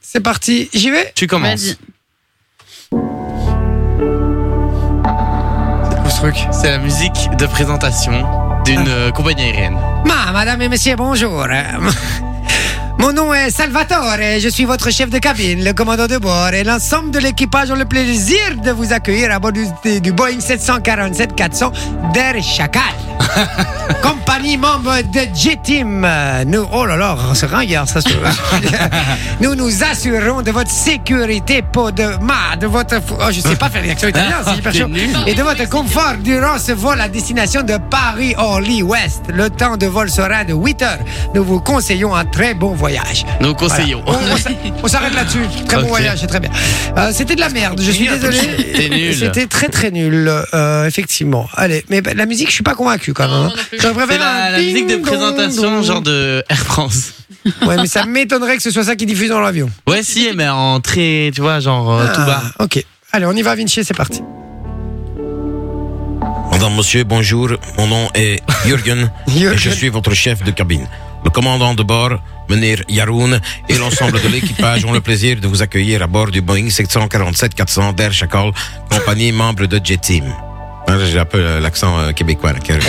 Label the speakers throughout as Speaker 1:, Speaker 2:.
Speaker 1: C'est parti, j'y vais
Speaker 2: Tu commences.
Speaker 1: C'est quoi ce truc
Speaker 2: C'est la musique de présentation d'une euh, compagnie aérienne.
Speaker 1: Ma, madame et messieurs, bonjour. Mon nom est Salvatore, je suis votre chef de cabine, le commandant de bord et l'ensemble de l'équipage ont le plaisir de vous accueillir à bord du, du Boeing 747-400 d'Air Chacal. Compagnie membre de J-Team. Nous, oh là là, on se regarde, ça se Nous nous assurons de votre sécurité pour de ma, de votre. Oh, je sais pas faire l'action
Speaker 2: Ah,
Speaker 1: italienne, c'est hyper chaud. Et de votre confort durant ce vol à destination de Paris-Orly-Ouest. Le temps de vol sera de 8 heures. Nous vous conseillons un très bon voyage.
Speaker 2: Nous conseillons.
Speaker 1: Voilà. On, on s'a- on s'arrête là-dessus. Très
Speaker 2: Ok.
Speaker 1: bon voyage, c'est très bien. Euh, C'était de la merde, je suis
Speaker 2: T'es
Speaker 1: désolé.
Speaker 2: nul.
Speaker 1: C'était très très nul, euh, effectivement. Allez, mais bah, la musique, je suis pas convaincu quand même. hein. J'aurais
Speaker 2: C'est
Speaker 1: préféré
Speaker 2: la,
Speaker 1: un
Speaker 2: la musique de
Speaker 1: ding-dong-dong.
Speaker 2: présentation, genre de Air France.
Speaker 1: Ouais, mais ça m'étonnerait que ce soit ça qui diffuse dans l'avion.
Speaker 2: Ouais, si, mais en très, tu vois, genre euh, tout bas.
Speaker 1: Ah, ok. Allez, on y va, Vinci, c'est parti.
Speaker 3: Madame, monsieur, bonjour. Mon nom est Jürgen et je suis votre chef de cabine. Le commandant de bord, Menir Yaroun, et l'ensemble de l'équipage ont le plaisir de vous accueillir à bord du Boeing 747-400 d'Air Chacal, compagnie membre de J-Team. Hein, J'ai un peu euh, l'accent euh, québécois. là, qui arrive.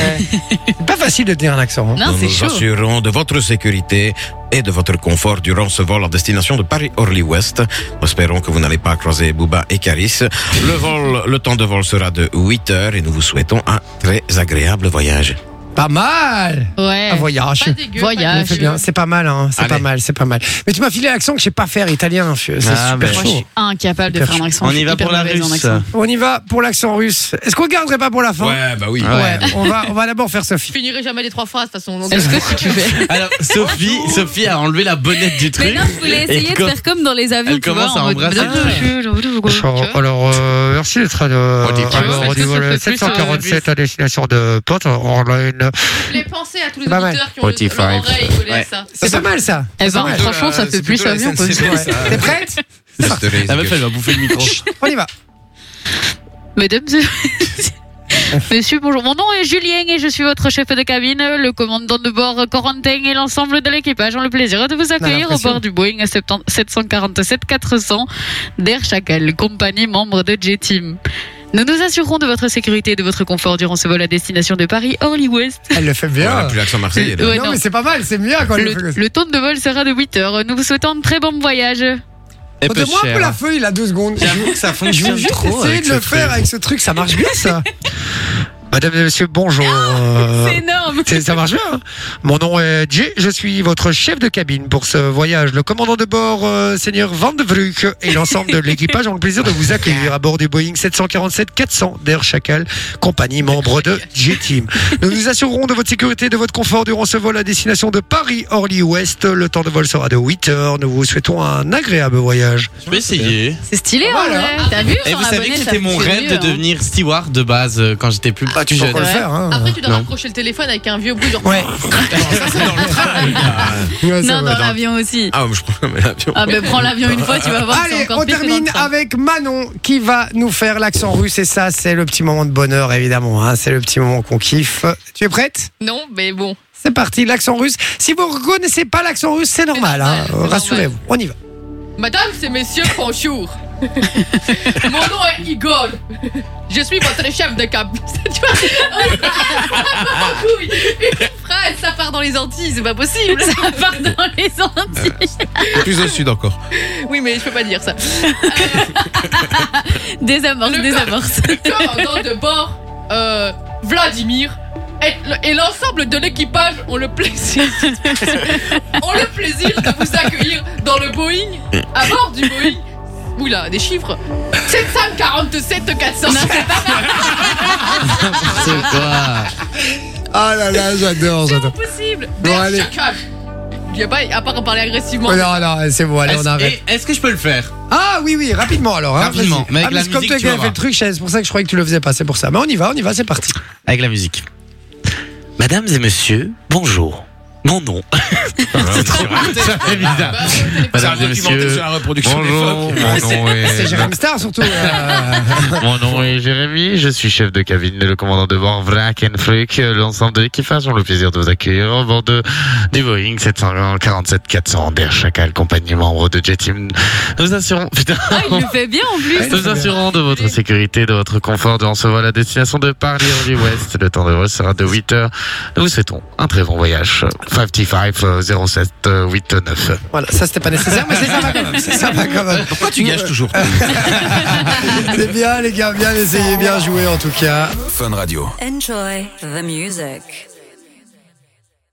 Speaker 1: Pas facile de tenir un accent. hein.
Speaker 4: Non,
Speaker 3: Nous
Speaker 4: c'est
Speaker 3: nous
Speaker 4: chaud.
Speaker 3: assurons de votre sécurité et de votre confort durant ce vol à destination de Paris-Orly-Ouest. Nous espérons que vous n'allez pas croiser Bouba et Caris. Le, vol, le temps de vol sera de 8 heures et nous vous souhaitons un très agréable voyage.
Speaker 1: Pas mal
Speaker 5: Ouais.
Speaker 4: Ah,
Speaker 1: Un voyage.
Speaker 5: Eh, Pas dégueu,
Speaker 1: On le
Speaker 5: Voyage.
Speaker 1: fait bien. C'est pas mal, hein. c'est
Speaker 2: Allez.
Speaker 1: pas mal, c'est pas mal. Mais tu m'as filé l'accent que je sais pas faire italien. C'est
Speaker 2: Ah,
Speaker 1: super
Speaker 2: ben,
Speaker 5: Moi, je
Speaker 1: chaud.
Speaker 5: suis incapable de
Speaker 1: Hyper
Speaker 5: faire un
Speaker 1: chaud.
Speaker 5: accent.
Speaker 2: On
Speaker 5: je suis
Speaker 2: y va
Speaker 5: hyper
Speaker 2: pour la
Speaker 5: mauvaise en
Speaker 2: russe.
Speaker 5: accent.
Speaker 1: On y va pour l'accent russe. Est-ce qu'on garderait pas pour la fin
Speaker 3: bah oui.
Speaker 2: Ah ouais.
Speaker 1: on va, on va d'abord faire Sophie.
Speaker 5: Je finirai jamais les trois phrases, de toute façon. donc-
Speaker 4: Est-ce que si tu fais
Speaker 2: Alors, Sophie, Sophie a enlevé la bonnette du
Speaker 4: Mais
Speaker 2: truc.
Speaker 4: non, je voulais
Speaker 2: Et
Speaker 4: essayer de
Speaker 2: quand-
Speaker 4: faire comme dans les avions.
Speaker 2: Elle
Speaker 4: tu
Speaker 2: commence
Speaker 4: vois,
Speaker 2: à
Speaker 4: en mode-
Speaker 2: embrasser
Speaker 4: Ah,
Speaker 2: le truc.
Speaker 6: Bonjour. Alors, euh, merci d'être à
Speaker 3: Oh, dis-tu.
Speaker 6: Alors,
Speaker 5: Parce
Speaker 6: du
Speaker 5: que ça
Speaker 6: vol
Speaker 5: fait plus,
Speaker 6: 747 à destination de Porte Online.
Speaker 5: Je voulais penser à tous les
Speaker 1: Pas mal.
Speaker 5: auditeurs qui ont le- leur oreille collée à ça.
Speaker 1: C'est pas mal ça.
Speaker 4: Eh
Speaker 1: C'est
Speaker 4: ben,
Speaker 1: vrai.
Speaker 4: franchement, ça fait plus avion. quoi.
Speaker 1: T'es prête
Speaker 2: La meuf, elle va bouffer le micro.
Speaker 1: On y va.
Speaker 7: Mesdames et Messieurs, bonjour. Mon nom est Julien et je suis votre chef de cabine, le commandant de bord Corentin et l'ensemble de l'équipage ont le plaisir de vous accueillir au
Speaker 1: l'impression.
Speaker 7: bord du Boeing 747-400 d'Air Chacal, compagnie membre de J-Team. Nous nous assurons de votre sécurité et de votre confort durant ce vol à destination de Paris, Orly West.
Speaker 1: Elle le fait bien.
Speaker 3: plus l'accent marseillais. là.
Speaker 7: Ouais,
Speaker 1: non,
Speaker 7: non.
Speaker 1: mais c'est pas mal, c'est mieux quand elle
Speaker 7: Le,
Speaker 1: le fait comme ça.
Speaker 7: le temps de vol sera de 8 heures. Nous vous souhaitons un très bon voyage.
Speaker 2: Et peu
Speaker 1: Donnez-moi un peu la
Speaker 2: cher. hein.
Speaker 1: feuille là, deux secondes.
Speaker 2: J'avoue que ça
Speaker 1: Je vais
Speaker 2: fonctionne
Speaker 1: juste
Speaker 2: trop.
Speaker 1: essayer
Speaker 2: avec
Speaker 1: de le
Speaker 2: ce
Speaker 1: faire
Speaker 2: truc.
Speaker 1: avec ce truc, ça marche bien ça.
Speaker 6: Madame et messieurs, bonjour. Euh,
Speaker 4: C'est énorme.
Speaker 6: c'est- ça marche bien. hein Mon nom est Jay, je suis votre chef de cabine pour ce voyage. Le commandant de bord, euh, Seigneur Van de Vruck, et l'ensemble de l'équipage ont le plaisir de vous accueillir à bord du Boeing 747-400 d'Air Chacal, compagnie membre de J-Team. Nous nous assurerons de votre sécurité et de votre confort durant ce vol à destination de Paris-Orly-Ouest. Le temps de vol sera de 8 heures. Nous vous souhaitons un agréable voyage.
Speaker 2: Je vais essayer.
Speaker 4: C'est stylé, en
Speaker 1: Voilà.
Speaker 4: vrai.
Speaker 5: Ah,
Speaker 4: T'as vu
Speaker 2: Et
Speaker 4: genre,
Speaker 2: vous
Speaker 4: la
Speaker 2: savez
Speaker 4: bonnette, ça
Speaker 2: que c'était mon
Speaker 4: fait
Speaker 2: rêve
Speaker 4: mieux,
Speaker 2: de
Speaker 4: hein.
Speaker 2: devenir steward de base euh, quand j'étais plus, plus
Speaker 1: tu sais
Speaker 2: jeune.
Speaker 1: encore le
Speaker 4: Ouais.
Speaker 1: faire. Hein.
Speaker 5: Après, tu dois
Speaker 2: Non.
Speaker 5: raccrocher le téléphone avec un vieux bruit genre.
Speaker 1: Ouais. Ouais, c'est
Speaker 4: Non,
Speaker 1: vrai.
Speaker 4: dans l'avion aussi.
Speaker 3: Ah, je prends l'avion.
Speaker 4: Ah, ben prends l'avion une fois, tu vas voir. c'est
Speaker 1: Allez,
Speaker 4: encore
Speaker 1: on
Speaker 4: pire que dans
Speaker 1: termine
Speaker 4: le train.
Speaker 1: avec Manon qui va nous faire l'accent russe et ça, c'est le petit moment de bonheur évidemment. hein. C'est le petit moment qu'on kiffe. Tu es prête
Speaker 5: Non, mais bon.
Speaker 1: C'est parti, l'accent russe. Si vous reconnaissez pas l'accent russe, c'est normal. hein.
Speaker 5: normal, c'est
Speaker 1: Rassurez-vous, on y va.
Speaker 5: Madame, c'est messieurs, bonjour. Mon nom est Igor. Je suis votre chef de câble. tu vois, ça part en couille. Une phrase, Ah, ça part dans les Antilles, c'est pas possible.
Speaker 4: Ça part dans les Antilles.
Speaker 3: Plus
Speaker 2: Ah,
Speaker 3: au sud encore.
Speaker 5: Oui, mais je peux pas dire ça.
Speaker 4: Désamorce, désamorce.
Speaker 5: commandant de bord, euh, Vladimir, et, le- et l'ensemble de l'équipage ont le plaisir, ont le plaisir de vous accueillir dans le Boeing, à bord du Boeing. Oula, des chiffres 747 400
Speaker 2: C'est quoi
Speaker 1: Ah là là, j'adore,
Speaker 5: C'est
Speaker 1: j'adore.
Speaker 5: impossible
Speaker 1: Bon,
Speaker 5: D'air
Speaker 1: allez.
Speaker 5: chacal. Il y a pas, à part en parler agressivement.
Speaker 1: Oh non, non, c'est bon, allez, on
Speaker 2: Est-ce-
Speaker 1: arrête.
Speaker 2: et- Est-ce que je peux le faire
Speaker 1: Ah oui, oui, rapidement alors. hein,
Speaker 2: Rapidement,
Speaker 1: vas-y.
Speaker 2: mais avec
Speaker 1: Ah,
Speaker 2: la
Speaker 1: c'est comme
Speaker 2: musique,
Speaker 1: toi
Speaker 2: tu
Speaker 1: qui
Speaker 2: vas
Speaker 1: avais fait
Speaker 2: voir.
Speaker 1: le truc, c'est pour ça que je croyais que tu le faisais pas, c'est pour ça. Mais on y va, on y va, c'est parti.
Speaker 2: Avec la musique. Mesdames et messieurs, bonjour. Non, non.
Speaker 3: C'est trop
Speaker 2: C'est bizarre.
Speaker 5: Bah,
Speaker 2: Mesdames et messieurs,
Speaker 3: la reproduction
Speaker 2: bonjour. Mon nom
Speaker 1: C'est
Speaker 2: est.
Speaker 1: Jérôme Star surtout. euh.
Speaker 2: Mon nom est Jérémy, je suis chef de cabine, le commandant de bord Vrac and Fruc. L'ensemble de l'équipage ont le plaisir de vous accueillir à bord de, du Boeing 747-400 d'Air Chacal, compagnie membre de Jet Team. Nous assurons, putain,
Speaker 4: Ah, il le fait bien en plus.
Speaker 2: nous assurons de votre sécurité, de votre confort durant ce vol à destination de Paris Orly West. Le temps de vol sera de 8 heures. Nous vous souhaitons un très bon voyage. euh, 55 07 89.
Speaker 1: Voilà, ça c'était pas nécessaire, mais c'est sympa quand même. C'est sympa quand même.
Speaker 3: Pourquoi tu gâches toujours tout
Speaker 1: C'est bien les gars, bien essayé, bien joué en tout cas.
Speaker 8: Enjoy the music.